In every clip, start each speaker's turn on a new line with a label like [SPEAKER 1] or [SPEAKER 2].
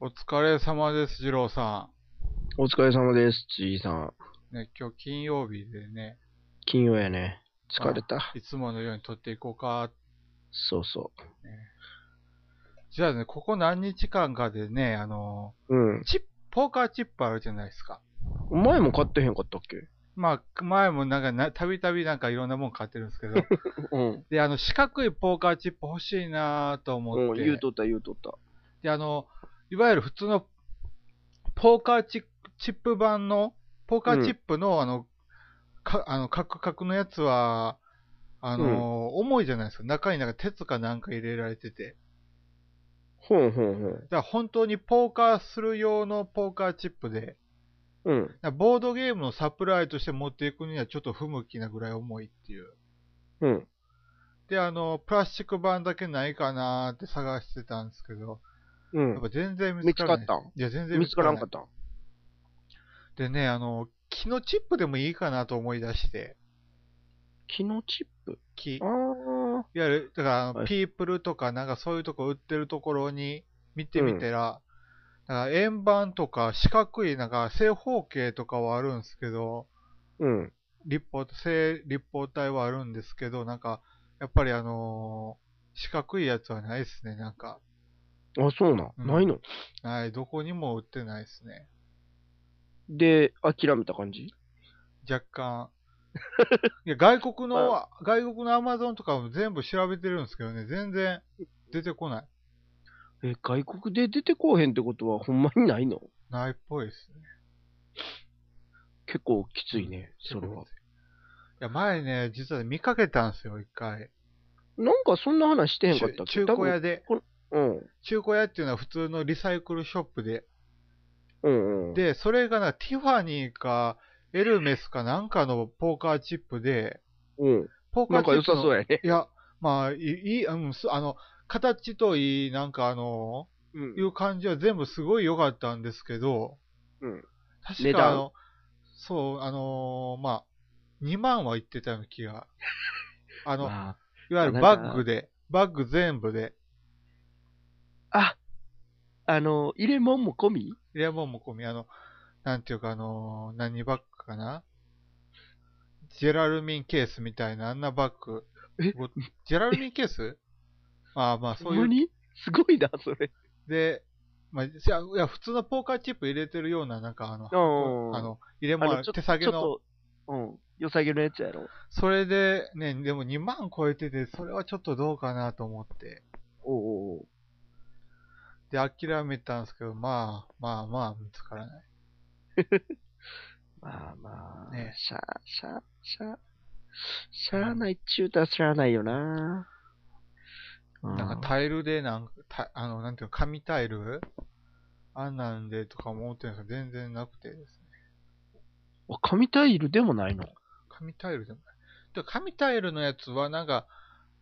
[SPEAKER 1] お疲れ様です、二郎さ
[SPEAKER 2] お疲れ様です、ちいさん。
[SPEAKER 1] ん。ね、今日金曜日でね、
[SPEAKER 2] 金曜やね。疲れた。
[SPEAKER 1] いつものように撮っていこうか。
[SPEAKER 2] そうそ
[SPEAKER 1] じゃあね、ここ何日間かでね、あの、
[SPEAKER 2] う。うん。
[SPEAKER 1] チップ、ポーカーチップあるじゃないですか。
[SPEAKER 2] 前も買ってへんかったっけ
[SPEAKER 1] まあ、前もなんかな、たびたびなんかいろんなもん買ってるんですけ ど、
[SPEAKER 2] うん。
[SPEAKER 1] で、あの、四角いポーカーチップ欲しいなぁと思
[SPEAKER 2] う
[SPEAKER 1] っ
[SPEAKER 2] ん、
[SPEAKER 1] て、
[SPEAKER 2] 言うとった、言うとった。
[SPEAKER 1] で、あの、いわゆる普通の、ポーカーチップチップ版の、ポーカーチップの、あの、か、あの、カクカクのやつは、あの、重いじゃないですか。中になんか鉄かなんか入れられてて。
[SPEAKER 2] ほんほんほん。
[SPEAKER 1] だから本当にポーカーする用のポーカーチップで、
[SPEAKER 2] うん。
[SPEAKER 1] だからボードゲームのサプライとして持っていくにはちょっと不向きなぐらい重いっていう。
[SPEAKER 2] うん。
[SPEAKER 1] で、あの、プラスチック版だけないかなーって探してたんですけど、
[SPEAKER 2] う
[SPEAKER 1] やっ
[SPEAKER 2] ん。
[SPEAKER 1] ぱ全然見
[SPEAKER 2] 見
[SPEAKER 1] つ
[SPEAKER 2] つ
[SPEAKER 1] か
[SPEAKER 2] から
[SPEAKER 1] な
[SPEAKER 2] っ
[SPEAKER 1] い。
[SPEAKER 2] たん
[SPEAKER 1] いや、全然
[SPEAKER 2] 見つからん
[SPEAKER 1] ない
[SPEAKER 2] かったん
[SPEAKER 1] でね、あの、木のチップでもいいかなと思い出して、
[SPEAKER 2] 木のチップ
[SPEAKER 1] 木。い
[SPEAKER 2] あ
[SPEAKER 1] わ
[SPEAKER 2] ー。
[SPEAKER 1] ゆる、だからあの、
[SPEAKER 2] はい
[SPEAKER 1] ピープルとか、なんかそういうとこ売ってるところに見てみたら、だから円盤とか四角い、なんか正方形とかはあるんですけど、
[SPEAKER 2] うん。
[SPEAKER 1] 立方、正立方体はあるんですけど、なんか、やっぱりあのー四角いやつはないですね、なんか。
[SPEAKER 2] あ、そうなん。
[SPEAKER 1] うん
[SPEAKER 2] ないの。
[SPEAKER 1] はい、どこにも売ってないですね。
[SPEAKER 2] で、諦めた感じ
[SPEAKER 1] 若干。 いや外国の、外国のアマゾンとかも全部調べてるんですけどね、全然出てこない。
[SPEAKER 2] え、外国で出てこうへんってことはほんまにないの
[SPEAKER 1] ないっぽいですね。
[SPEAKER 2] 結構きついね、それは。。
[SPEAKER 1] いや、前ね、実は見かけたんですよ、一回。
[SPEAKER 2] なんかそんな話してへんかったっけ
[SPEAKER 1] 中中古屋で。
[SPEAKER 2] 多分
[SPEAKER 1] 中古屋っていうのは普通のリサイクルショップで。
[SPEAKER 2] うん。うんうん。
[SPEAKER 1] で、それがな、ティファニーか、エルメスかなんかのポーカーチップで、
[SPEAKER 2] うん。
[SPEAKER 1] ポーカ
[SPEAKER 2] な
[SPEAKER 1] ー
[SPEAKER 2] ん
[SPEAKER 1] チ
[SPEAKER 2] か
[SPEAKER 1] ップの
[SPEAKER 2] 良さそうやね。
[SPEAKER 1] いや、まあ、いいいい、うん、すあの、形といい、なんかあの、
[SPEAKER 2] うん
[SPEAKER 1] いう感じは全部すごい良かったんですけど、
[SPEAKER 2] うん
[SPEAKER 1] 確
[SPEAKER 2] 値
[SPEAKER 1] か
[SPEAKER 2] 段
[SPEAKER 1] あの、そう、あのーまあ、2万は言ってたような気 が。あの、
[SPEAKER 2] まあ
[SPEAKER 1] いわゆる
[SPEAKER 2] なんか
[SPEAKER 1] バッグで、バッグ全部で、
[SPEAKER 2] あ、あの、入れ物も込み
[SPEAKER 1] 入れ物も込み、あの、なんていうか、あのー何バッグかなジェラルミンケースみたいな、あんなバッグ。
[SPEAKER 2] え
[SPEAKER 1] ごジェラルミンケースああ、まあ、そ
[SPEAKER 2] ほ
[SPEAKER 1] うんい
[SPEAKER 2] ま
[SPEAKER 1] う。
[SPEAKER 2] にすごいな、それ。
[SPEAKER 1] で、まあ、いや、いや普通のポーカーチップ入れてるような、なんかあの、
[SPEAKER 2] うん
[SPEAKER 1] あの、入れ物ある、手下げ
[SPEAKER 2] ち
[SPEAKER 1] の。
[SPEAKER 2] ょっと、うん、良さげのやつやろ。
[SPEAKER 1] それで、ね、でも2万超えてて、それはちょっとどうかなと思って。
[SPEAKER 2] おうおうおう
[SPEAKER 1] で、諦めたんですけど、まあ、まあまあ、見つからない。
[SPEAKER 2] まあまあ、
[SPEAKER 1] ね
[SPEAKER 2] しゃ、しゃ、しゃ、しゃあないっちゅうたらしゃあないよな。うん
[SPEAKER 1] なんかタイルで、なんか、たあの、なんていうの、紙タイルあんなんでとかも思ってるんですけど、全然なくてですね。
[SPEAKER 2] あ紙タイルでもないの。
[SPEAKER 1] 紙タイルでもない。で紙タイルのやつは、なんか、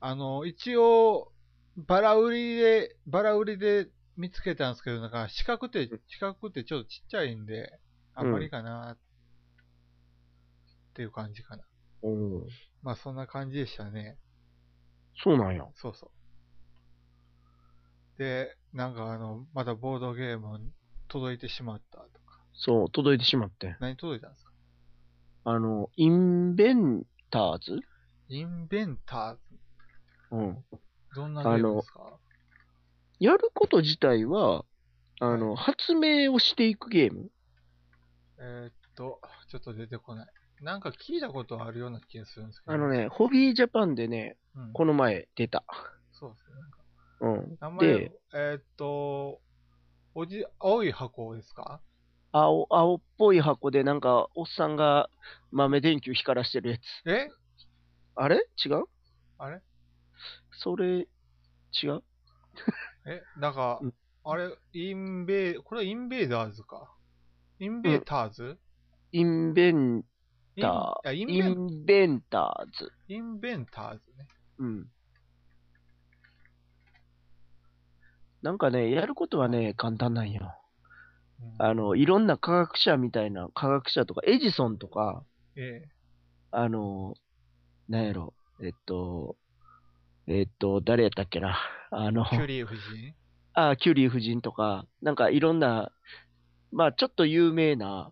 [SPEAKER 1] あの、一応、バラ売りで、バラ売りで見つけたんですけど、なんか四角くて、四角くてちょっとちっちゃいんで、あんまりかな、っていう感じかな。
[SPEAKER 2] お
[SPEAKER 1] まあそんな感じでしたね。
[SPEAKER 2] そうなんや。
[SPEAKER 1] そうそう。で、なんかあの、まだボードゲーム届いてしまったとか。
[SPEAKER 2] そう、届いてしまって。
[SPEAKER 1] 何届いたんですか
[SPEAKER 2] あの、インベンターズ
[SPEAKER 1] インベンタ
[SPEAKER 2] うん。
[SPEAKER 1] ー、どんなゲームですか
[SPEAKER 2] やること自体は、あの、発明をしていくゲーム。
[SPEAKER 1] えーっと、ちょっと出てこない。なんか聞いたことあるような気がするんですけど。
[SPEAKER 2] あのね、ホビージャパンでね、
[SPEAKER 1] うん、
[SPEAKER 2] この前出た。
[SPEAKER 1] そうですね。なんか
[SPEAKER 2] うん
[SPEAKER 1] 名。前
[SPEAKER 2] で、、
[SPEAKER 1] えーっと、おじ、青い箱ですか
[SPEAKER 2] 青、青っぽい箱でなんか、おっさんが豆電球光らしてるやつ。
[SPEAKER 1] え
[SPEAKER 2] あれ違う
[SPEAKER 1] あれ
[SPEAKER 2] それ、違う
[SPEAKER 1] え、なんか
[SPEAKER 2] うん、
[SPEAKER 1] あれ、インベー、これはインベーダーズか。インベーターズ、
[SPEAKER 2] インベン、
[SPEAKER 1] イン
[SPEAKER 2] タ
[SPEAKER 1] あインベ
[SPEAKER 2] イ
[SPEAKER 1] ン、
[SPEAKER 2] ンベンターズ。
[SPEAKER 1] インベンターズね。
[SPEAKER 2] うん。なんかね、やることはね、簡単なんよ。
[SPEAKER 1] うん
[SPEAKER 2] あの、いろんな科学者みたいな、科学者とか、エジソンとか、
[SPEAKER 1] ええ
[SPEAKER 2] あの、なんやろ、えっと、えっと、誰やったっけな。あの、
[SPEAKER 1] キュリー夫人
[SPEAKER 2] あーキュリー夫人とか、なんかいろんな、まあちょっと有名な、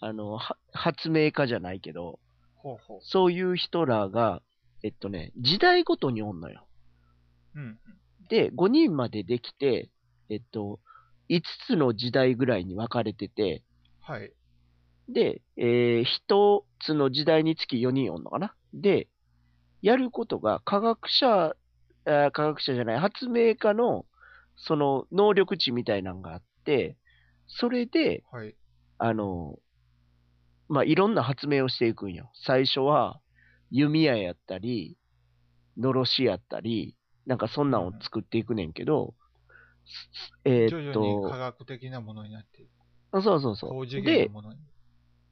[SPEAKER 2] あの、は発明家じゃないけど、
[SPEAKER 1] ほうほ
[SPEAKER 2] そういう人らが、えっとね、時代ごとにおんのよ。
[SPEAKER 1] う。うん。
[SPEAKER 2] で、5人までできて、えっと、5つの時代ぐらいに分かれてて、
[SPEAKER 1] はい。
[SPEAKER 2] で、えー、1つの時代につき4人おんのかな。で、やることが科学者、あー科学者じゃない、発明家の、その能力値みたいなのがあって、それで、
[SPEAKER 1] はい。
[SPEAKER 2] あの、まあ、いろんな発明をしていくんよ。最初は、弓矢やったり、のろしやったり、なんかそんなんを作っていくねんけど、すえー
[SPEAKER 1] 徐
[SPEAKER 2] っ
[SPEAKER 1] 々に科
[SPEAKER 2] と、
[SPEAKER 1] 学的なものになっていく。
[SPEAKER 2] あそうそうそ
[SPEAKER 1] 高
[SPEAKER 2] う。
[SPEAKER 1] 次元
[SPEAKER 2] で
[SPEAKER 1] の、ものに。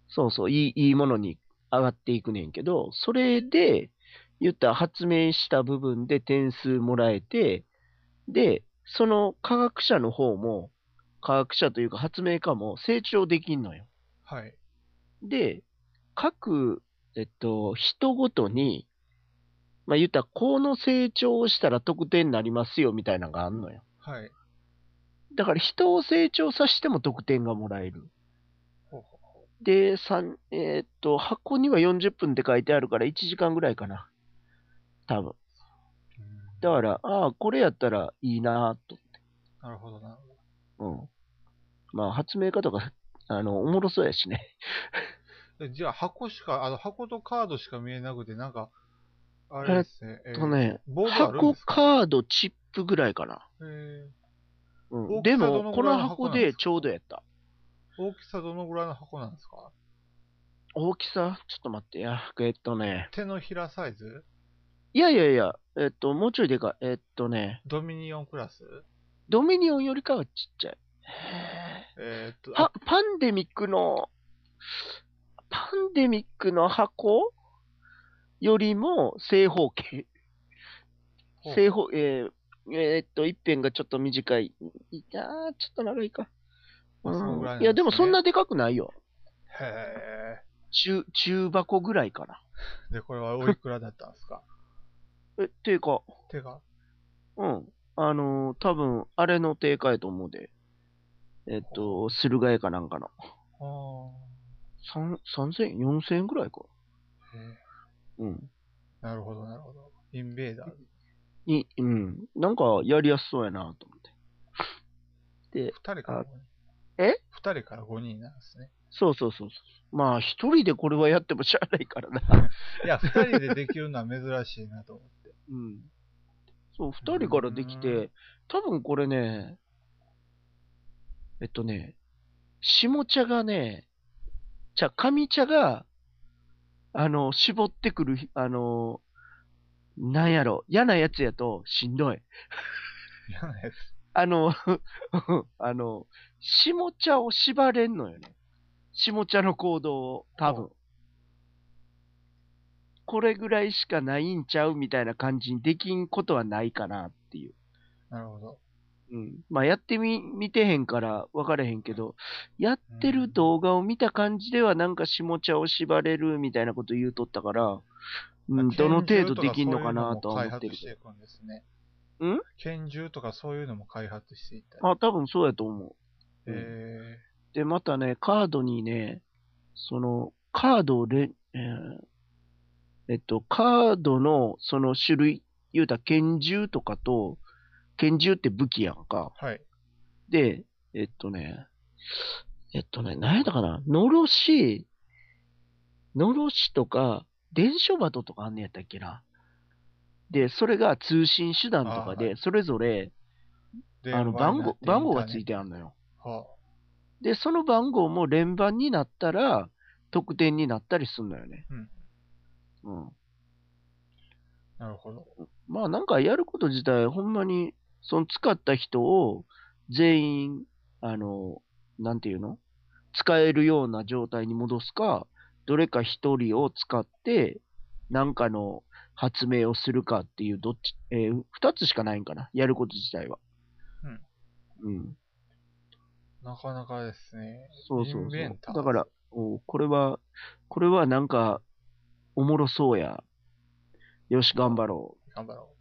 [SPEAKER 2] そうそう、いい、いいものに上がっていくねんけど、それで、言ったら発明した部分で点数もらえて、で、その科学者の方も、科学者というか発明家も成長できんのよ。
[SPEAKER 1] はい。
[SPEAKER 2] で、各、えっと、人ごとに、まあ、言ったら、この成長をしたら得点になりますよ、みたいなのがあんのよ。
[SPEAKER 1] はい。
[SPEAKER 2] だから、人を成長させても得点がもらえる。
[SPEAKER 1] ほうほうほう。
[SPEAKER 2] で、三えっと、箱には40分って書いてあるから、1時間ぐらいかな。多分。
[SPEAKER 1] うん
[SPEAKER 2] だから、ああ、これやったらいいなぁと。
[SPEAKER 1] なるほどな。
[SPEAKER 2] うん。まあ、発明家とか、あの、おもろそうやしね。
[SPEAKER 1] えじゃあ箱しか、あの箱とカードしか見えなくて、なんか、あれですね。えー
[SPEAKER 2] とね、
[SPEAKER 1] ボードあるん
[SPEAKER 2] 箱
[SPEAKER 1] ですか
[SPEAKER 2] カードチップぐらいかな。
[SPEAKER 1] えー
[SPEAKER 2] うん、
[SPEAKER 1] 大き
[SPEAKER 2] で
[SPEAKER 1] さど
[SPEAKER 2] も、
[SPEAKER 1] の
[SPEAKER 2] こ
[SPEAKER 1] ぐらい
[SPEAKER 2] の
[SPEAKER 1] の
[SPEAKER 2] 箱
[SPEAKER 1] 箱なんで
[SPEAKER 2] です
[SPEAKER 1] か
[SPEAKER 2] ちょうどやった。
[SPEAKER 1] 大きさどのぐらいの箱なんですか
[SPEAKER 2] 大きさちょっと待ってや。えっとね。
[SPEAKER 1] 手のひらサイズ
[SPEAKER 2] いやいやいや、えっと、もうちょいでかい。えっとね、
[SPEAKER 1] ドミニオンクラス
[SPEAKER 2] ドミニオンよりかはちっちゃい。
[SPEAKER 1] えーっと、
[SPEAKER 2] パ、パンデミックの、パンデミックの箱よりも正方形。
[SPEAKER 1] ほう
[SPEAKER 2] 正方、えーえーっと、一辺がちょっと短い。いやー、ちょっと長いか。
[SPEAKER 1] まあそのぐらいなん
[SPEAKER 2] いや、でも
[SPEAKER 1] ですね
[SPEAKER 2] そんなでかくないよ。
[SPEAKER 1] へ
[SPEAKER 2] 中、中箱ぐらいかな。
[SPEAKER 1] ー。で、これはおいくらだったんですか
[SPEAKER 2] え、っていうか、
[SPEAKER 1] てか、
[SPEAKER 2] うん。あのー、多分あれの定価やと思うで。えっと、駿河屋かなんかの。
[SPEAKER 1] あー
[SPEAKER 2] 三3000円 ?4000 円ぐらいか。
[SPEAKER 1] へー
[SPEAKER 2] うん。
[SPEAKER 1] なるほど、なるほど。インベーダー。
[SPEAKER 2] に、うん。なんか、やりやすそうやなと思っ
[SPEAKER 1] 二
[SPEAKER 2] て。
[SPEAKER 1] 人から五人。
[SPEAKER 2] え
[SPEAKER 1] 二人から五人なんですね。
[SPEAKER 2] そうそうそうそう。まあ、一人でこれはやってもしゃあないから な。
[SPEAKER 1] いや、二人でできるのは珍しいなと思って。
[SPEAKER 2] うん。そう、二人からできて、多分これね、えっとね、下茶がね、茶、上茶が、あの、絞ってくる、あの、なんやろ、嫌なやつやとしんどい。
[SPEAKER 1] 嫌なやつ。
[SPEAKER 2] あの、 あの、下茶を縛れんのよね。下茶の行動を、多
[SPEAKER 1] う
[SPEAKER 2] 分。これぐらいしかないんちゃうみたいな感じにできんことはないかなっていう。
[SPEAKER 1] なるほど。
[SPEAKER 2] うん。まあ、やってみ、見てへんから分からへんけど、やってる動画を見た感じではなんか下茶を縛れるみたいなこと言うとったから、うん、どの程度できんのかなとは思ってる
[SPEAKER 1] 拳銃とかそういうのも開発し
[SPEAKER 2] け
[SPEAKER 1] ていくんですね。拳銃とかそういうのも開発していっ
[SPEAKER 2] ん
[SPEAKER 1] たり。
[SPEAKER 2] ど。あ、多分そうやと思う。
[SPEAKER 1] え
[SPEAKER 2] うん
[SPEAKER 1] ー、
[SPEAKER 2] で、またね、カードにね、その、カードをれ、えーえっと、カードの、その種類、言うたら拳銃とかと、拳銃って武器やんか。
[SPEAKER 1] はい。
[SPEAKER 2] で、えっとね、えっとね、何やったかな、のろし、のろしとか、伝書鳩とかあんねやったっけな。で、それが通信手段とか
[SPEAKER 1] あー
[SPEAKER 2] で、それぞれ、
[SPEAKER 1] で
[SPEAKER 2] あの、番号、番号がつい
[SPEAKER 1] て。
[SPEAKER 2] てあるのよ。
[SPEAKER 1] は
[SPEAKER 2] で、その番号も連番になったら、得点になったりするのよね。
[SPEAKER 1] うん
[SPEAKER 2] うん。
[SPEAKER 1] あ、なるほど。
[SPEAKER 2] まあ、なんかやること自体、ほんまに、その使った人を、全員、あの、なんていうの使えるような状態に戻すか、どれか一人を使って、なんかの発明をするかっていう、どっち、えー二つしかないんかな、やること自体は。うん。うん。
[SPEAKER 1] なかなかですね。
[SPEAKER 2] そうそう
[SPEAKER 1] インベンタ
[SPEAKER 2] そ
[SPEAKER 1] ー
[SPEAKER 2] う。だから、おこれは、これはなんか、おもろそうや。よし、頑張ろ
[SPEAKER 1] 頑張ろ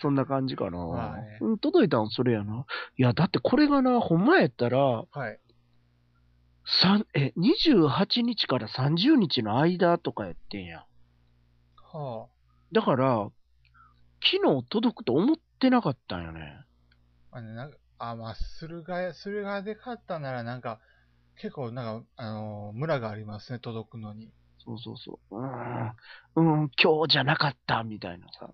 [SPEAKER 2] そんな感じかな。
[SPEAKER 1] まあね
[SPEAKER 2] うん、届いたんそれやな。いや、だってこれがな、ほんまやったら、
[SPEAKER 1] はい。
[SPEAKER 2] 三え、28日から30日の間とかやってんや。
[SPEAKER 1] は
[SPEAKER 2] だから、昨日届くと思ってなかったんよね。
[SPEAKER 1] あ。まあね、なんかあ、まあ、駿河、駿河で買ったなら、なんか、結構、なんか、あのー、村がありますね、届くのに。
[SPEAKER 2] そうそうそう。うーん、うん、今日じゃなかった、みたいなさ。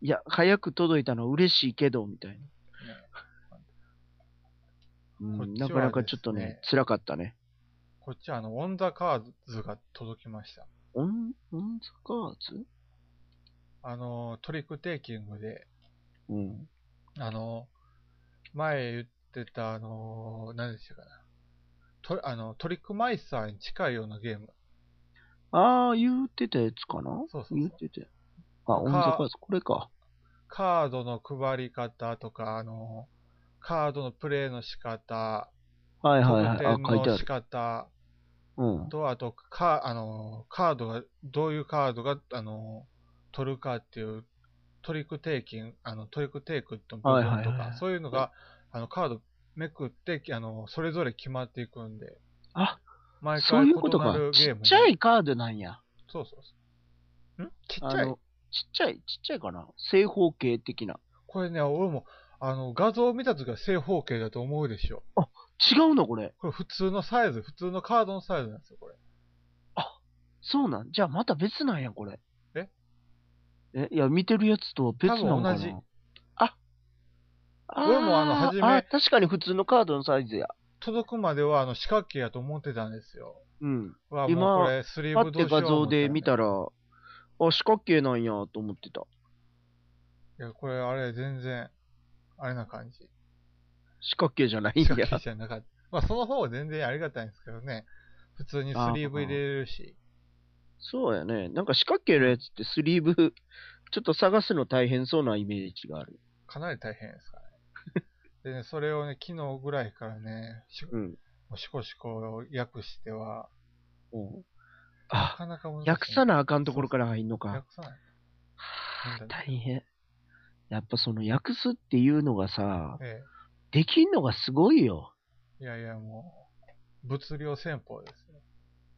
[SPEAKER 2] いや、早く届いたのは嬉しいけど、みたいな。
[SPEAKER 1] こっ
[SPEAKER 2] うん、
[SPEAKER 1] ちは
[SPEAKER 2] なかなかちょっとね、
[SPEAKER 1] ですね
[SPEAKER 2] 辛かったね。
[SPEAKER 1] こっちは、あの、オンザカーズが届きました。
[SPEAKER 2] オン、オンズカーズ
[SPEAKER 1] あのー、トリックテイキングで、
[SPEAKER 2] うん。
[SPEAKER 1] あのー、前言ってた、あのー、何でしたかな。とあのトリックマイスターに近いようなゲーム。
[SPEAKER 2] ああ、言ってたやつかな
[SPEAKER 1] そうそうそう
[SPEAKER 2] 言ってた。あ、オンズカーズ、これか。
[SPEAKER 1] カードの配り方とか、あのー、カードのプレイの仕方、
[SPEAKER 2] はいはい
[SPEAKER 1] 得
[SPEAKER 2] はい。あ
[SPEAKER 1] 点、
[SPEAKER 2] 書いてあ
[SPEAKER 1] の仕
[SPEAKER 2] る。
[SPEAKER 1] 方
[SPEAKER 2] うん。
[SPEAKER 1] と、あとカあの、カードが、どういうカードが、あの、取るかっていう、トリックテイキング、あの、トリックテイクの部分とか、
[SPEAKER 2] はいはいはいはい
[SPEAKER 1] そういうのが、あの、カードめくって、あの、それぞれ決まっていくんで、
[SPEAKER 2] あ、
[SPEAKER 1] 毎
[SPEAKER 2] そう
[SPEAKER 1] 回
[SPEAKER 2] い
[SPEAKER 1] 異
[SPEAKER 2] うこと
[SPEAKER 1] な
[SPEAKER 2] か
[SPEAKER 1] る。
[SPEAKER 2] ち
[SPEAKER 1] ゲーム
[SPEAKER 2] っ
[SPEAKER 1] に
[SPEAKER 2] ちゃいカードなんや。
[SPEAKER 1] そうそうそう。んちっ
[SPEAKER 2] あ
[SPEAKER 1] ちゃい
[SPEAKER 2] の、ちっちゃい、ちっちゃいかな。正方形的な。
[SPEAKER 1] これね、俺も、あの、画像を見たときは正方形だと思うでしょ。
[SPEAKER 2] 違うのこれ。
[SPEAKER 1] これ普通のサイズ、普通のカードのサイズなんですよ、これ。
[SPEAKER 2] そうなん。じゃあまた別なんや、これ。
[SPEAKER 1] え
[SPEAKER 2] え、いや、見てるやつとは別なのか
[SPEAKER 1] 多
[SPEAKER 2] な
[SPEAKER 1] 分同じ
[SPEAKER 2] あ。あー
[SPEAKER 1] 俺もあの初め
[SPEAKER 2] あー確かに普通のカードのサイズや。
[SPEAKER 1] 届くまでは、あの、四角形やと思ってたんですよ。
[SPEAKER 2] うん。
[SPEAKER 1] わ
[SPEAKER 2] 今
[SPEAKER 1] もうこれスリ
[SPEAKER 2] パ
[SPEAKER 1] ーブ
[SPEAKER 2] っ
[SPEAKER 1] どう
[SPEAKER 2] て
[SPEAKER 1] しよう
[SPEAKER 2] 画像で見た
[SPEAKER 1] ら。
[SPEAKER 2] ら、あ、四角形なんやと思ってた。
[SPEAKER 1] いや、これあれ、全然、あれな感じ。
[SPEAKER 2] 四角形じゃないん
[SPEAKER 1] 仕
[SPEAKER 2] や。
[SPEAKER 1] 掛けじゃなかった。まあ、その方は全然ありがたいんですけどね。普通にスリーブ入れれるし。
[SPEAKER 2] そうやね。なんか四角形のやつってスリーブ、ちょっと探すの大変そうなイメージがある。
[SPEAKER 1] かなり大変です からね。でね、それをね、昨日ぐらいからね、し
[SPEAKER 2] うん。
[SPEAKER 1] もうしこしこ訳しては、
[SPEAKER 2] うん
[SPEAKER 1] な
[SPEAKER 2] あ、
[SPEAKER 1] かなか難しい。
[SPEAKER 2] 訳さなあかんところから入んのか。
[SPEAKER 1] 訳さない。なんだね
[SPEAKER 2] 大変。やっぱその訳すっていうのがさ、
[SPEAKER 1] え
[SPEAKER 2] できんのがすごいよ。
[SPEAKER 1] え、いやいや、もう、物量戦法ですね。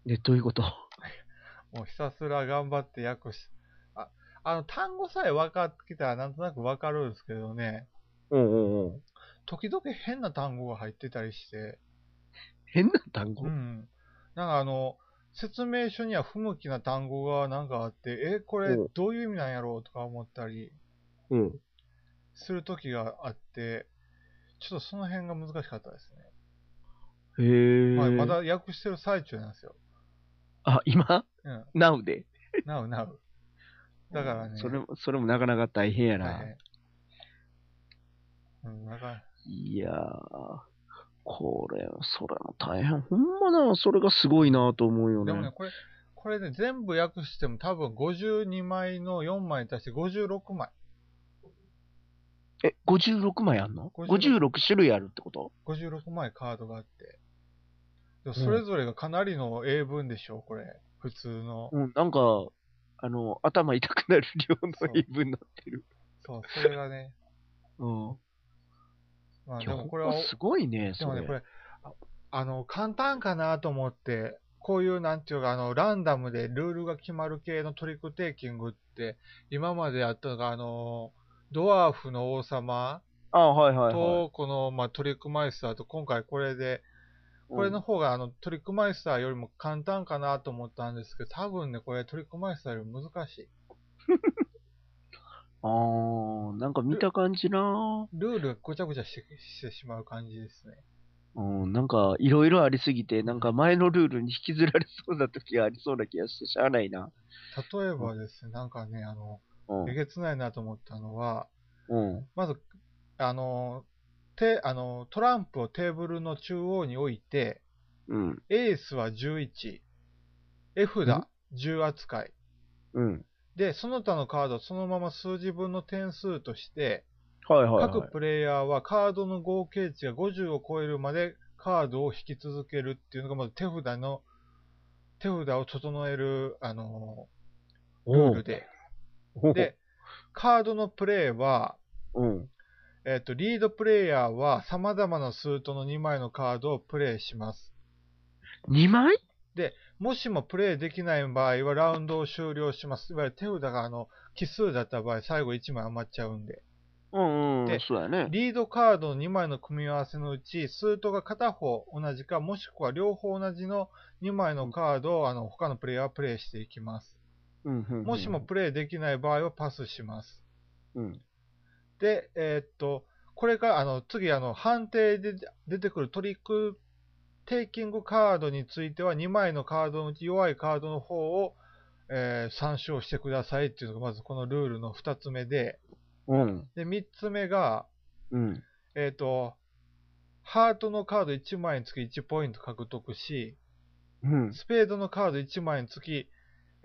[SPEAKER 2] ね、どういうこと
[SPEAKER 1] もうひたすら頑張って訳し、あ、あの、単語さえ分かってきたらなんとなく分かるんですけどね。
[SPEAKER 2] うんうんうん。
[SPEAKER 1] 時々変な単語が入ってたりして、
[SPEAKER 2] 変な単語、
[SPEAKER 1] うん。なんかあの、説明書には不向きな単語がなんかあって、え、これ
[SPEAKER 2] うん
[SPEAKER 1] どういう意味なんやろうとか思ったり
[SPEAKER 2] うん、
[SPEAKER 1] する時があって、ちょっとその辺が難しかったです
[SPEAKER 2] へえ。
[SPEAKER 1] ね。まあ、まだ訳してる最中なんですよ。
[SPEAKER 2] あ、今
[SPEAKER 1] うん。
[SPEAKER 2] ?Now で。
[SPEAKER 1] なうなう。だからね。
[SPEAKER 2] それも、それもなかなか大変やな。
[SPEAKER 1] 大変うん、なんか、
[SPEAKER 2] いやー、これ、それも大変。ほんまな、それがすごいなと思うよ
[SPEAKER 1] で
[SPEAKER 2] ね。
[SPEAKER 1] もね、これ、これね、全部訳しても多分52枚の4枚に対して56枚。
[SPEAKER 2] え、56枚あんの
[SPEAKER 1] 56
[SPEAKER 2] ?56 種類あるってこと
[SPEAKER 1] 56枚カードがあって。でも
[SPEAKER 2] うん
[SPEAKER 1] それぞれがかなりの英文でしょ、これ。普通の。
[SPEAKER 2] うん、なんか、あの、頭痛くなる量の
[SPEAKER 1] そう
[SPEAKER 2] 言い分になってる。
[SPEAKER 1] そう、それがね。
[SPEAKER 2] うん。
[SPEAKER 1] まあ
[SPEAKER 2] い
[SPEAKER 1] で
[SPEAKER 2] や
[SPEAKER 1] もこれは、
[SPEAKER 2] ほんますごいね、
[SPEAKER 1] で
[SPEAKER 2] そ
[SPEAKER 1] も
[SPEAKER 2] れ。
[SPEAKER 1] ね、これ、ああの、簡単かなと思って、こういうなんていうか、あの、ランダムでルールが決まる系のトリックテイキングって、今まであったのが、あの、ドワーフの王様
[SPEAKER 2] あはいはいはい。
[SPEAKER 1] と、この、まあ、トリックマイスターと、今回これで、これの
[SPEAKER 2] うん、
[SPEAKER 1] 方があのトリックマイスターよりも簡単かなと思ったんですけど、多分ね、これトリックマイスターよりも難しい。
[SPEAKER 2] あー、なんか見た感じな
[SPEAKER 1] ルールがごちゃごちゃしてしてしまう感じですね。
[SPEAKER 2] うん、なんかいろいろありすぎて、なんか前のルールに引きずられそうな時がありそうな気がしてしゃあないな。
[SPEAKER 1] 例えばですね、なんかね、あの、
[SPEAKER 2] うん。
[SPEAKER 1] えげつないなと思ったのは、
[SPEAKER 2] うん。
[SPEAKER 1] まず、あの、てあのトランプをテーブルの中央に置いて、
[SPEAKER 2] うん。
[SPEAKER 1] エースは11、絵札10扱い。
[SPEAKER 2] うん。
[SPEAKER 1] で、その他のカードをそのまま数字分の点数として、
[SPEAKER 2] はいはい、は
[SPEAKER 1] 各
[SPEAKER 2] い。
[SPEAKER 1] プレイヤーはカードの合計値が50を超えるまでカードを引き続けるっていうのがまず手札の手札を整える、あのールールで。
[SPEAKER 2] おう
[SPEAKER 1] で、カードのプレイは、
[SPEAKER 2] うん。
[SPEAKER 1] えっ、と、リードプレイヤーは様々なスートの2枚のカードをプレイします。
[SPEAKER 2] 2枚
[SPEAKER 1] もしもプレイできない場合はラウンドを終了します。いわゆる手札があの奇数だった場合、最後1枚余っちゃうんで。
[SPEAKER 2] うんうん
[SPEAKER 1] で。
[SPEAKER 2] そうやね。
[SPEAKER 1] リードカードの2枚の組み合わせのうち、スートが片方同じか、もしくは両方同じの2枚のカードをあの他のプレイヤーはプレイしていきます。
[SPEAKER 2] うんうんうん
[SPEAKER 1] もしも、プレイできない場合はパスします。
[SPEAKER 2] うん。
[SPEAKER 1] で、えーっと、これから、あの、次、あの、判定で出てくるトリック、テイキングカードについては、2枚のカードのうち弱いカードの方を、えー参照してくださいっていうのが、まずこのルールの2つ目で、
[SPEAKER 2] うん。
[SPEAKER 1] で、3つ目が、
[SPEAKER 2] うん。
[SPEAKER 1] えーっと、ハートのカード1枚につき1ポイント獲得し、
[SPEAKER 2] うん。
[SPEAKER 1] スペードのカード1枚につき、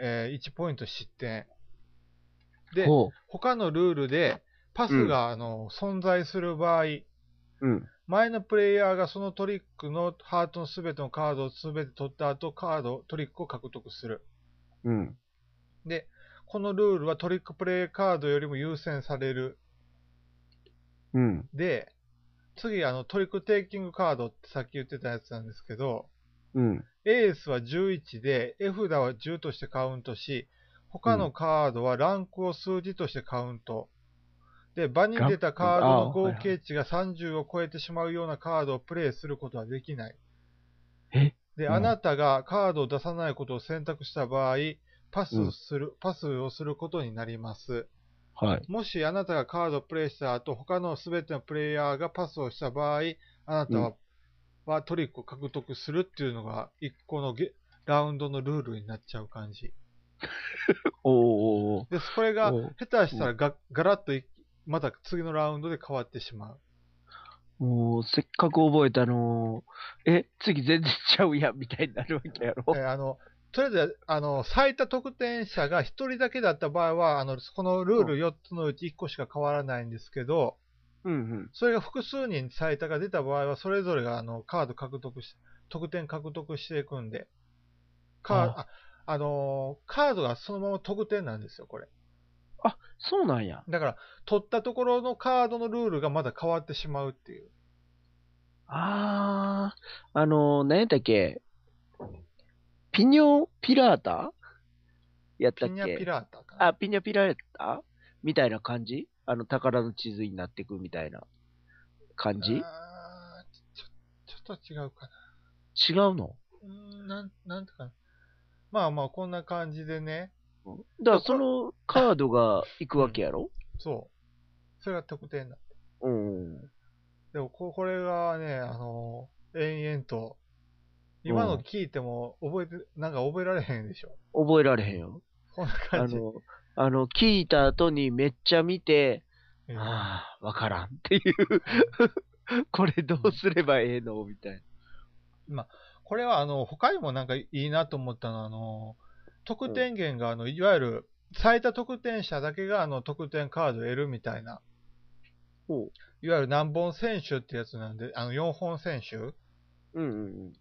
[SPEAKER 1] えー1ポイント失点。で、
[SPEAKER 2] ほ
[SPEAKER 1] 他のルールで、パスが、あの存在する場合、
[SPEAKER 2] う。うん。
[SPEAKER 1] 前のプレイヤーがそのトリックのハートのすべてのカードをすべて取った後、カード、トリックを獲得する。
[SPEAKER 2] うん。
[SPEAKER 1] で、このルールはトリックプレイカードよりも優先される。
[SPEAKER 2] うん。
[SPEAKER 1] で、次、あの、トリックテイキングカードってさっき言ってたやつなんですけど、
[SPEAKER 2] うん。
[SPEAKER 1] エースは11で、絵札は10としてカウントし、他のカードはランクを数字としてカウント。で、場に出たカードの合計値が30を超えてしまうようなカードをプレイすることはできない。
[SPEAKER 2] え
[SPEAKER 1] で、
[SPEAKER 2] うん
[SPEAKER 1] あなたがカードを出さないことを選択した場合、パスする、パスをすることになります。
[SPEAKER 2] はい。
[SPEAKER 1] もしあなたがカードをプレイした後、他のすべてのプレイヤーがパスをした場合、あなたは,、はトリックを獲得するっていうのが一個のゲラウンドのルールになっちゃう感じ。
[SPEAKER 2] おおおーおー。
[SPEAKER 1] で、それが
[SPEAKER 2] おう
[SPEAKER 1] 下手したらが、ガラッといまた次のラウンドで変わってしまう。
[SPEAKER 2] もう、せっかく覚えたのをえ、次全然ちゃうやん、みたいになるわけやろ
[SPEAKER 1] え。ーあのとりあえずあの最多得点者が1人だけだった場合はあの、このルール4つのうち1個しか変わらないんですけど、
[SPEAKER 2] うんうん。
[SPEAKER 1] それが複数人最多が出た場合は、それぞれがあのカード獲得し、得点獲得していくんで、カー
[SPEAKER 2] あ
[SPEAKER 1] ああのーカードがそのまま得点なんですよ、これ。
[SPEAKER 2] そうなんや。
[SPEAKER 1] だから、取ったところのカードのルールがまだ変わってしまうっていう。
[SPEAKER 2] あー、あのー、何やったっけピニョピラータやった
[SPEAKER 1] ピ
[SPEAKER 2] っ
[SPEAKER 1] ニャピ
[SPEAKER 2] け
[SPEAKER 1] ラータかな。
[SPEAKER 2] あ、ピニョピラータみたいな感じあの、宝の地図になってくみたいな感じ
[SPEAKER 1] あ
[SPEAKER 2] 違
[SPEAKER 1] ーちょちょっと違うかな。
[SPEAKER 2] うの
[SPEAKER 1] うーんなん、なんてかな。まあまあ、こんな感じでね。
[SPEAKER 2] だからそのカードが行くわけやろ
[SPEAKER 1] そう。それが得点だ。
[SPEAKER 2] うん。
[SPEAKER 1] でもこ、これがね、あのー延々と、今の聞いても覚えて、なんか覚えられへんでしょ。
[SPEAKER 2] 覚えられへんよ。
[SPEAKER 1] こんな
[SPEAKER 2] あ
[SPEAKER 1] 感じ。
[SPEAKER 2] の、あの、聞いた後にめっちゃ見て、
[SPEAKER 1] ええ
[SPEAKER 2] ああ、わからんっていう、 これどうすればええのみたいな。
[SPEAKER 1] これは、あの、他にもなんかいいなと思ったのは、あのー得点源が、あの、いわゆる、最多得点者だけが、あの、得点カードを得るみたいな。
[SPEAKER 2] ほう。
[SPEAKER 1] いわゆる何本選手ってやつなんで、あの、4本選手っ
[SPEAKER 2] うんうん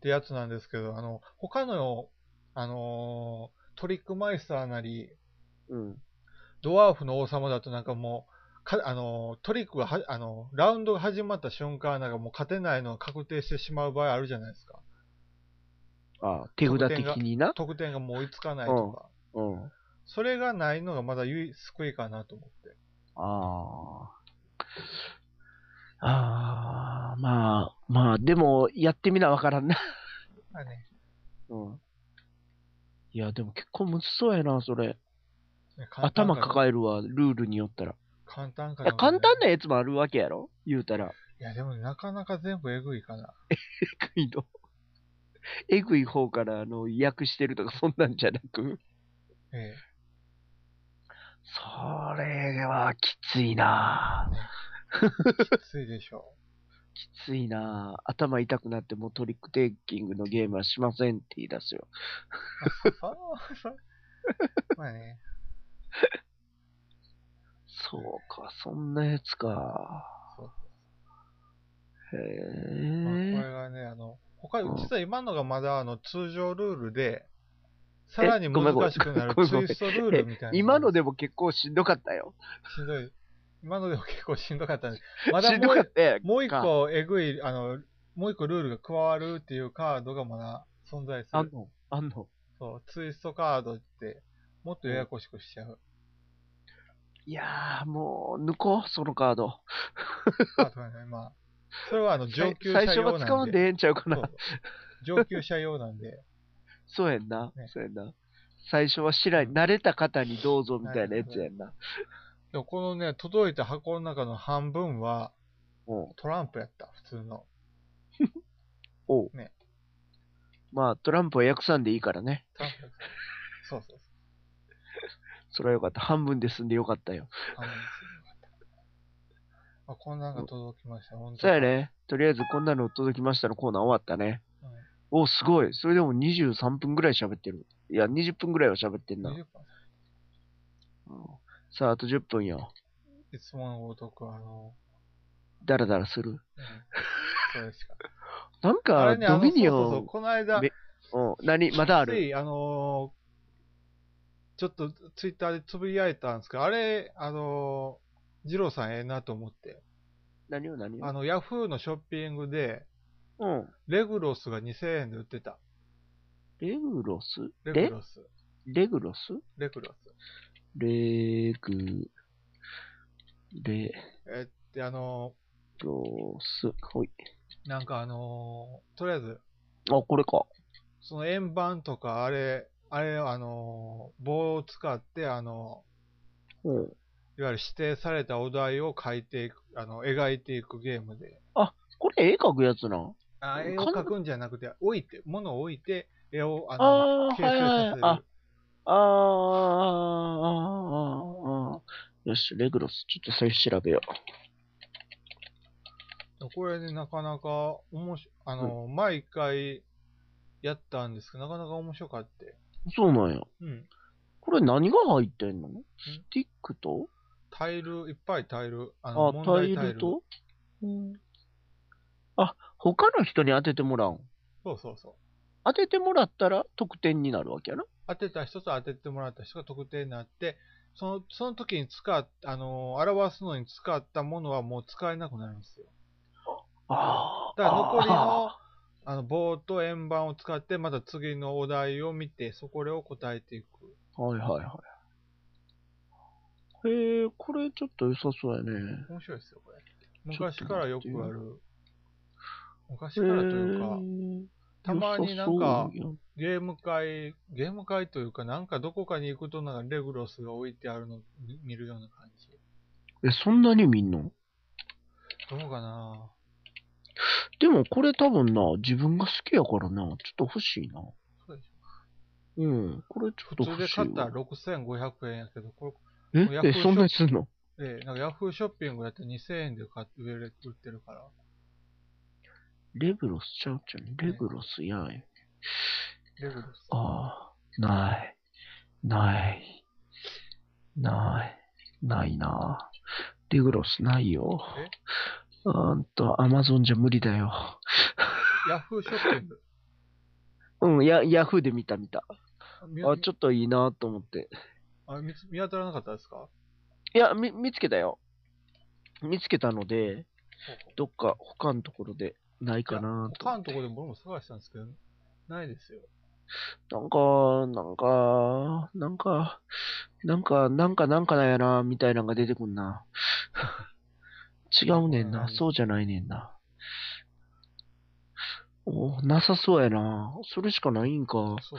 [SPEAKER 1] てやつなんですけど、あの、他の、あのートリックマイスターなり、
[SPEAKER 2] うん。うん。
[SPEAKER 1] ドワーフの王様だとなんかもう、かあのトリックがはあの、ラウンドが始まった瞬間、なんかもう勝てないのが確定してしまう場合あるじゃないですか。
[SPEAKER 2] ああ、手札的にな。
[SPEAKER 1] 得点がもう追いつかないとか。
[SPEAKER 2] うん。あ
[SPEAKER 1] それがないのがまだ唯一救いかなと思って。
[SPEAKER 2] あ。ああ、まあ、まあ、でも、やってみなわからんな。
[SPEAKER 1] まあね、
[SPEAKER 2] うん。いや、でも結構むずそうやな、それ。
[SPEAKER 1] 簡単
[SPEAKER 2] 頭
[SPEAKER 1] か
[SPEAKER 2] 抱えるわ、ルールによったら。
[SPEAKER 1] 簡単か
[SPEAKER 2] だから簡単
[SPEAKER 1] ね。
[SPEAKER 2] なやつもあるわけやろ言うたら。
[SPEAKER 1] いや、でもなかなか全部えぐいかな。
[SPEAKER 2] えぐいの。えぐい方から、あの、訳してるとか、そんなんじゃなく。
[SPEAKER 1] え
[SPEAKER 2] それはきついなぁ
[SPEAKER 1] え、きついでしょ
[SPEAKER 2] きついなぁ頭痛くなって、もうトリックテイキングのゲームはしませんって言い出すよ。
[SPEAKER 1] う。あ そうまあね。
[SPEAKER 2] そうか、そんなやつか。
[SPEAKER 1] そう
[SPEAKER 2] へ
[SPEAKER 1] まあこれ
[SPEAKER 2] ぇ
[SPEAKER 1] がね、あの、他、実は今のがまだあの通常ルールで、さらに
[SPEAKER 2] ご
[SPEAKER 1] 難
[SPEAKER 2] めんごめん
[SPEAKER 1] しくなる
[SPEAKER 2] ごめん
[SPEAKER 1] ツ
[SPEAKER 2] ごめん
[SPEAKER 1] イストルールみたいな。
[SPEAKER 2] 今のでも結構しんどかったよ。
[SPEAKER 1] しんどい。今のでも結構しんどか ったんで。まだ
[SPEAKER 2] しんど
[SPEAKER 1] もう
[SPEAKER 2] かったよ。
[SPEAKER 1] もう一
[SPEAKER 2] か
[SPEAKER 1] 個えぐい、あの、もう一個ルールが加わるっていうカードがまだ存在す
[SPEAKER 2] あん
[SPEAKER 1] る。
[SPEAKER 2] のあんの
[SPEAKER 1] そう、ツイストカードって、もっとややこしくしちゃう。
[SPEAKER 2] いやー、もう、抜こう、そのカード。
[SPEAKER 1] カードがね、まあ。それはあの、上級者
[SPEAKER 2] 最初
[SPEAKER 1] 用
[SPEAKER 2] は使
[SPEAKER 1] な
[SPEAKER 2] わ
[SPEAKER 1] ん
[SPEAKER 2] ん
[SPEAKER 1] で。
[SPEAKER 2] でええんちゃうか
[SPEAKER 1] そ
[SPEAKER 2] な
[SPEAKER 1] う。上級者用なんで。
[SPEAKER 2] そうやんな
[SPEAKER 1] ね。
[SPEAKER 2] そうやんな。最初はしらい、慣れた方にどうぞみたいなやつやんな。
[SPEAKER 1] でもこのね、届いた箱の中の半分は
[SPEAKER 2] うん。
[SPEAKER 1] トランプやった、普通の。
[SPEAKER 2] おう
[SPEAKER 1] ね
[SPEAKER 2] まあ、トランプは訳さんでいいからね。
[SPEAKER 1] トランプやったそうそうそ
[SPEAKER 2] それはよかった。半分で済んでよかったよ。
[SPEAKER 1] う。半分ですまあ、こんなんが届きました、本当
[SPEAKER 2] そうや。ね。とりあえず、こんなの届きましたのコーナー終わったね。
[SPEAKER 1] うん
[SPEAKER 2] お、すごい。それでも23分ぐらい喋ってる。いや、20分ぐらいは喋ってんな。
[SPEAKER 1] 20分
[SPEAKER 2] うんさあ、あと10分よ。
[SPEAKER 1] いつものごとく、あの、
[SPEAKER 2] だらだらする。
[SPEAKER 1] うん、それしか。
[SPEAKER 2] なん
[SPEAKER 1] あ
[SPEAKER 2] か、
[SPEAKER 1] れね、あ
[SPEAKER 2] ド
[SPEAKER 1] の、
[SPEAKER 2] ミニ
[SPEAKER 1] そうそうそ
[SPEAKER 2] オ
[SPEAKER 1] う
[SPEAKER 2] ン、
[SPEAKER 1] この間、
[SPEAKER 2] めうん、何、まだあ
[SPEAKER 1] つ
[SPEAKER 2] る。
[SPEAKER 1] い、あのーちょっとツイッターでつぶやいたんですけど、あれ、あのー、二郎さんええなと思って、
[SPEAKER 2] 何を何
[SPEAKER 1] あ
[SPEAKER 2] を
[SPEAKER 1] の、ヤフーのショッピングで、
[SPEAKER 2] うん。
[SPEAKER 1] レグロスが2000円で売ってた。
[SPEAKER 2] レグロス
[SPEAKER 1] レグ
[SPEAKER 2] レ
[SPEAKER 1] ロス。
[SPEAKER 2] レグロス
[SPEAKER 1] レグロス。
[SPEAKER 2] レグ、レ
[SPEAKER 1] えって、あの
[SPEAKER 2] ロス。ほい。
[SPEAKER 1] ーなんかあのーとりあえず、
[SPEAKER 2] あ、これか。
[SPEAKER 1] その円盤とか、あれ、あれ、あのー棒を使って、あの
[SPEAKER 2] うん。
[SPEAKER 1] ーいわゆる指定されたお題を書いていく、あの、描いていくゲームで。
[SPEAKER 2] これ絵描くやつなん
[SPEAKER 1] あ
[SPEAKER 2] うん
[SPEAKER 1] 絵を描くんじゃなくて、置いて、物を置いて、絵を、あの、
[SPEAKER 2] あー、
[SPEAKER 1] 形成
[SPEAKER 2] はいはい
[SPEAKER 1] させる。
[SPEAKER 2] あ、あー、あー、あー、あー。よし、レグロス。ちょっとそれ調べよ
[SPEAKER 1] これね、なかなか、おもし、あの、毎回、やったんですけど、なかなか面白かって。
[SPEAKER 2] う。そうなんや。
[SPEAKER 1] うん。
[SPEAKER 2] これ何が入ってんのスティックと
[SPEAKER 1] タイル、いっぱいタイル。あ
[SPEAKER 2] あ
[SPEAKER 1] の、問、
[SPEAKER 2] タ
[SPEAKER 1] 題
[SPEAKER 2] イ
[SPEAKER 1] タイ
[SPEAKER 2] ル
[SPEAKER 1] ル。
[SPEAKER 2] とうん。あ、他の人に当ててもらうん。
[SPEAKER 1] そうそうそう。
[SPEAKER 2] 当ててもらったら得点になるわけやな。
[SPEAKER 1] 当てた人と当ててもらった人が得点になって、その、その時に使っ、あの、表すのに使ったものはもう使えなくなるんですよ。
[SPEAKER 2] あー
[SPEAKER 1] だから残りの
[SPEAKER 2] あ、
[SPEAKER 1] あの、棒と円盤を使って、また次のお題を見て、そこを答えていく。
[SPEAKER 2] ーはいはいはい。へえ、これちょっと良さそうやね。
[SPEAKER 1] 面白いですよ、これ。
[SPEAKER 2] ちょっ
[SPEAKER 1] 昔
[SPEAKER 2] と
[SPEAKER 1] からよくある。昔からというか、
[SPEAKER 2] へえ
[SPEAKER 1] たまになんか、
[SPEAKER 2] 良さそう
[SPEAKER 1] ゲーム会、ゲーム会というか、なんかどこかに行くと、なんかレグロスが置いてあるのを見見るような感じ。
[SPEAKER 2] やんえ、そんなに見んの
[SPEAKER 1] どうかな
[SPEAKER 2] でもこれ多分な、自分が好きやからな、ちょっと欲しいな。
[SPEAKER 1] そうでし
[SPEAKER 2] うん、これちょ
[SPEAKER 1] 普
[SPEAKER 2] っと
[SPEAKER 1] 通
[SPEAKER 2] 欲
[SPEAKER 1] で
[SPEAKER 2] しい
[SPEAKER 1] 買ったら
[SPEAKER 2] わ。
[SPEAKER 1] 6500円やけど、こ
[SPEAKER 2] え
[SPEAKER 1] もうヤフー
[SPEAKER 2] え、
[SPEAKER 1] ショッ
[SPEAKER 2] そんなにすんの
[SPEAKER 1] れ、ええなんかヤフーショッピングやって2000円で買って売れ売ってるから。
[SPEAKER 2] レグロスちゃうちゃうね。レグロスやん。
[SPEAKER 1] レグロス。
[SPEAKER 2] ああ、ない。ない。ない。ないな。レグロスないよ
[SPEAKER 1] え。
[SPEAKER 2] うーんと、アマゾンじゃ無理だよ。
[SPEAKER 1] ヤフーショッピ ング。
[SPEAKER 2] うん、や、ヤフーで見た見た。
[SPEAKER 1] あ、み
[SPEAKER 2] あ、ちょっといいなと思って。
[SPEAKER 1] あ見つ見当たらなかったですか
[SPEAKER 2] いや、み、見つけたよ。見つけたので、どっか他のところでないかなと。
[SPEAKER 1] 他のところでも俺も探したんですけど、ないですよ。
[SPEAKER 2] なんか、なんか、なんか、なんか、なんか、なんかなんやな、みたいなのが出てくんな。違うねんな、そうじゃないねんな。おなさそうやな。それしかないんか。
[SPEAKER 1] そ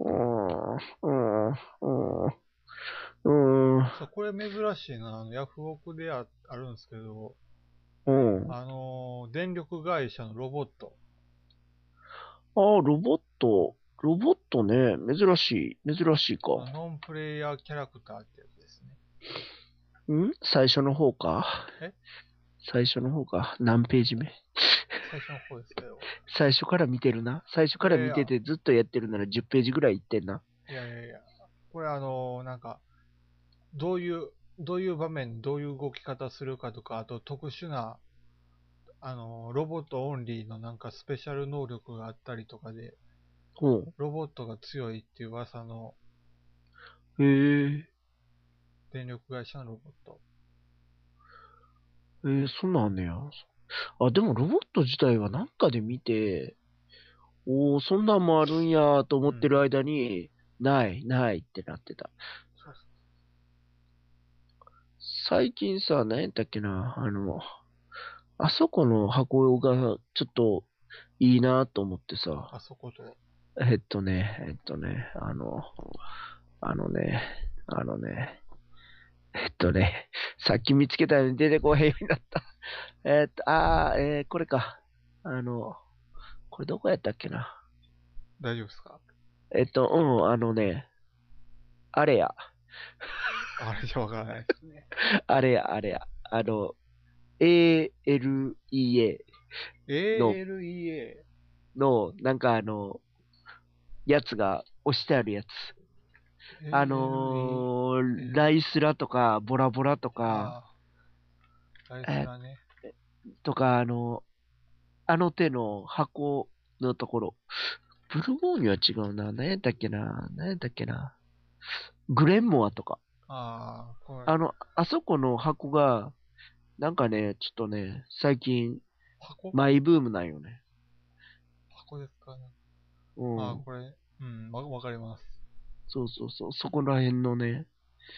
[SPEAKER 1] う
[SPEAKER 2] うーん、うーん、うーん、うーん、
[SPEAKER 1] そうこれ珍しいな。あのヤフオクでああるんですけど、
[SPEAKER 2] うん。あ
[SPEAKER 1] あのー電力会社のロボット。
[SPEAKER 2] ー、ロボット、ロボットね、珍しい、珍しいか。
[SPEAKER 1] ノンプレイヤーキャラクターってやつですね。
[SPEAKER 2] ん最初の方か
[SPEAKER 1] え
[SPEAKER 2] 最初の方か何ページ目
[SPEAKER 1] 最初の方ですけど。
[SPEAKER 2] 最初から見てるな。最初から見ててずっとやってるなら10ページぐらいいってんな。
[SPEAKER 1] いやいやいや、これあのーなんか、どういう、どういう場面、どういう動き方するかとか、あと特殊な、あのーロボットオンリーのなんかスペシャル能力があったりとかで、
[SPEAKER 2] ほう。
[SPEAKER 1] ロボットが強いっていう噂の
[SPEAKER 2] へえ。
[SPEAKER 1] 電力会社のロボット。
[SPEAKER 2] えー、そうなんねや。あ、でもロボット自体はなんかで見て、おお、そんなんもあるんやと思ってる間に、ない、ないってなってた
[SPEAKER 1] そうそ。
[SPEAKER 2] 最近さ、何やったっけな、あの、あそこの箱がちょっといいなと思ってさ、
[SPEAKER 1] あそこと。
[SPEAKER 2] えっとね、えっとね、あの、あのね、あのね、えっとね、さっき見つけたのに出てこへんようになった。えっと、あー、えー、これか。あの、これどこやったっけな。
[SPEAKER 1] 大丈夫ですか
[SPEAKER 2] えっと、うん、あのね、あれや、
[SPEAKER 1] あれじゃわから ないですね。
[SPEAKER 2] あれや、あれや、あの、ALEA
[SPEAKER 1] ALEA。
[SPEAKER 2] の、なんかあの、やつが押してあるやつ。あのー、ライスラとか、ボラボラとか、
[SPEAKER 1] ああ。大事だね。
[SPEAKER 2] とか、あの、あの手の箱のところ。ブルゴーニュは違うな。何やったっけな。何やったっけな。グレンモアとか。
[SPEAKER 1] ああ、これ。
[SPEAKER 2] あの、あそこの箱が、なんかね、ちょっとね、最近、
[SPEAKER 1] 箱
[SPEAKER 2] マイブームなんよね。
[SPEAKER 1] 箱ですかね。
[SPEAKER 2] う
[SPEAKER 1] ああ、
[SPEAKER 2] ん。
[SPEAKER 1] これ。うん、わわかります。
[SPEAKER 2] そうそうそう。そこら辺のね。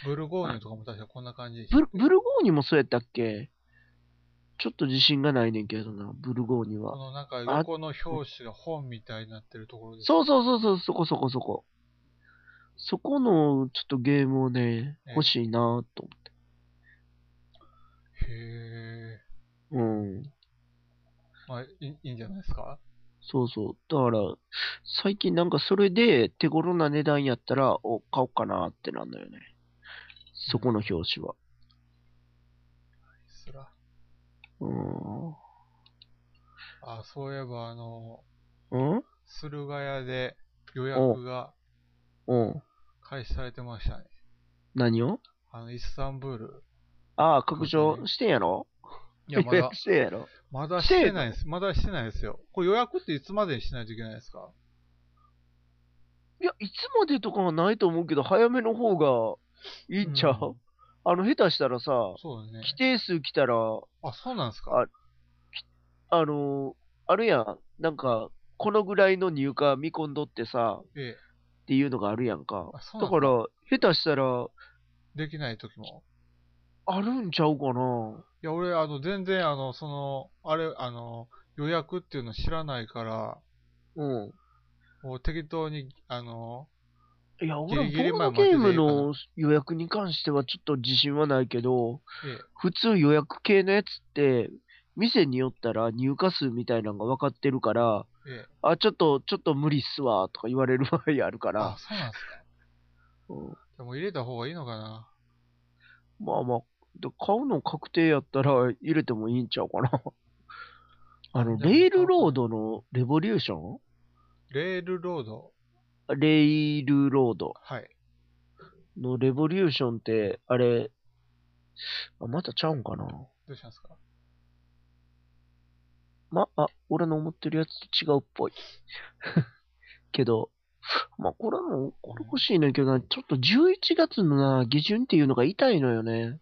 [SPEAKER 1] ブルゴーニュとかも確かこんな感じでした
[SPEAKER 2] ブルブルゴーニュもそうやったっけちょっと自信がないねんけどな、ブルゴーニュ
[SPEAKER 1] こ
[SPEAKER 2] は。
[SPEAKER 1] のなんか横の表紙が本みたいになってるところです。
[SPEAKER 2] そうそうそうそう、そこそこそこ。そこのちょっとゲームをね
[SPEAKER 1] ええ、
[SPEAKER 2] 欲しいなと
[SPEAKER 1] へえ。
[SPEAKER 2] 思って。うん。
[SPEAKER 1] まあ、いいいいんじゃないですか
[SPEAKER 2] そうそう。だから、最近なんかそれで手頃な値段やったら、お、買おうかなってなんだよね。そこの表紙は。
[SPEAKER 1] すら。
[SPEAKER 2] う
[SPEAKER 1] あ、そういえば、あの、
[SPEAKER 2] ん。うん
[SPEAKER 1] 駿河屋で予約が
[SPEAKER 2] うん。
[SPEAKER 1] 開始されてましたね。
[SPEAKER 2] 何を
[SPEAKER 1] あの、イスタンブール。
[SPEAKER 2] ああ、拡張してんやろ、
[SPEAKER 1] いや、まだ
[SPEAKER 2] してんやろ
[SPEAKER 1] まだしてないです。まだしてないですよ。これ予約っていつまでにしないといけないですか
[SPEAKER 2] いや、いつまでとかはないと思うけど、早めの方がいいんちゃう、
[SPEAKER 1] うん
[SPEAKER 2] あの、下手したらさ、
[SPEAKER 1] そうだね。
[SPEAKER 2] 規定数来たら、
[SPEAKER 1] あ、そうなんですか
[SPEAKER 2] ああのーあるやん。なんか、このぐらいの入荷見込んどってさ、
[SPEAKER 1] ええ。
[SPEAKER 2] っていうのがあるやんか。
[SPEAKER 1] あ、そうな
[SPEAKER 2] だ
[SPEAKER 1] んで
[SPEAKER 2] か、
[SPEAKER 1] すから
[SPEAKER 2] 下手したら、
[SPEAKER 1] できない時も。
[SPEAKER 2] あるんちゃうかない
[SPEAKER 1] や、俺、あの、全然、あの、その、あれ、あの、予約っていうの知らないから、
[SPEAKER 2] うん。
[SPEAKER 1] もう適当に、あの、
[SPEAKER 2] いや、
[SPEAKER 1] ギリギリ
[SPEAKER 2] 俺、ボ
[SPEAKER 1] ま
[SPEAKER 2] ー
[SPEAKER 1] あ
[SPEAKER 2] ドゲーム
[SPEAKER 1] 待
[SPEAKER 2] の予約に関してはちょっと自信はないけど、
[SPEAKER 1] ええ、
[SPEAKER 2] 普通予約系のやつって、店によったら入荷数みたいなのが分かってるから、
[SPEAKER 1] ええ。
[SPEAKER 2] あ、ちょっと、ちょっと無理っすわ、とか言われる場合あるか
[SPEAKER 1] あ
[SPEAKER 2] ら、、
[SPEAKER 1] そうなんですか。
[SPEAKER 2] うん
[SPEAKER 1] でも入れた方がいいのかな。
[SPEAKER 2] まあまあ、で買うの確定やったら入れてもいいんちゃうかな。あの、
[SPEAKER 1] でも
[SPEAKER 2] レールロードのレボリューショ
[SPEAKER 1] レールロード。
[SPEAKER 2] ンレイルロード
[SPEAKER 1] はい。
[SPEAKER 2] のレボリューションって、あれ、あまたちゃうんかな
[SPEAKER 1] どうしたんですか
[SPEAKER 2] ま、あ、俺の思ってるやつと違うっぽい。 けど、まあ、これも、これ欲しいねんけどな、ちょっと11月のな、下旬っていうのが痛いのよね。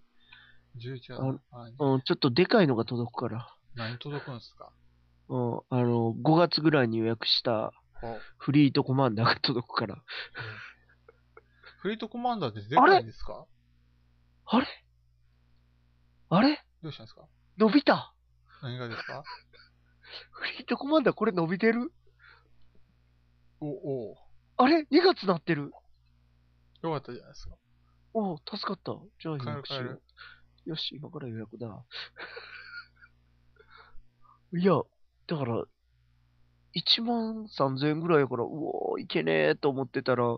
[SPEAKER 1] ?11 月。はい
[SPEAKER 2] うん、ちょっとでかいのが届くから。
[SPEAKER 1] 何届くんですか
[SPEAKER 2] うん、あの、5月ぐらいに予約した
[SPEAKER 1] お
[SPEAKER 2] フリートコマンダーが届くから。
[SPEAKER 1] フリートコマンダーってでかいんですか
[SPEAKER 2] あれあれ
[SPEAKER 1] どうしたんですか
[SPEAKER 2] 伸びた
[SPEAKER 1] 何がですか
[SPEAKER 2] フリートコマンダーこれ伸びてる
[SPEAKER 1] お、お
[SPEAKER 2] あれ ?2 月なってる
[SPEAKER 1] うよかったじゃないですか。
[SPEAKER 2] おお、助かった。じゃあ予
[SPEAKER 1] 帰る
[SPEAKER 2] 約し
[SPEAKER 1] 帰
[SPEAKER 2] よ
[SPEAKER 1] る
[SPEAKER 2] う。。よし、今から予約だ。 いや、だから、1万3000円ぐらいやから、うおー、いけねえと思ってたら、あ、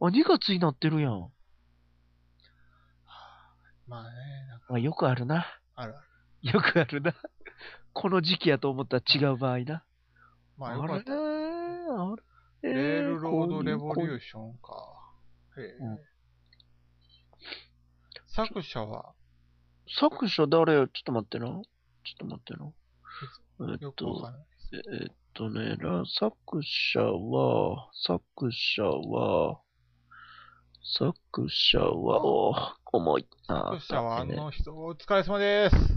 [SPEAKER 2] 2月になってるやん。
[SPEAKER 1] まあね、なんか
[SPEAKER 2] まあ、よくあるな。
[SPEAKER 1] あるある。
[SPEAKER 2] よくあるな。 この時期やと思ったら違う場合な。
[SPEAKER 1] まあよかった。
[SPEAKER 2] あれ
[SPEAKER 1] レ
[SPEAKER 2] あれ
[SPEAKER 1] ールロードレボリ
[SPEAKER 2] こうい
[SPEAKER 1] ュ
[SPEAKER 2] う
[SPEAKER 1] ーションか。へえ
[SPEAKER 2] うん。
[SPEAKER 1] 作者は、
[SPEAKER 2] 作者誰よちょっと待ってな。ちょっと待ってな。えっ
[SPEAKER 1] よくわか
[SPEAKER 2] と、
[SPEAKER 1] らないです。
[SPEAKER 2] えーっとね、ら作者は、作者は、作者は、おー重い。あー
[SPEAKER 1] 作者はあ
[SPEAKER 2] だってね
[SPEAKER 1] の人、お疲れ様です。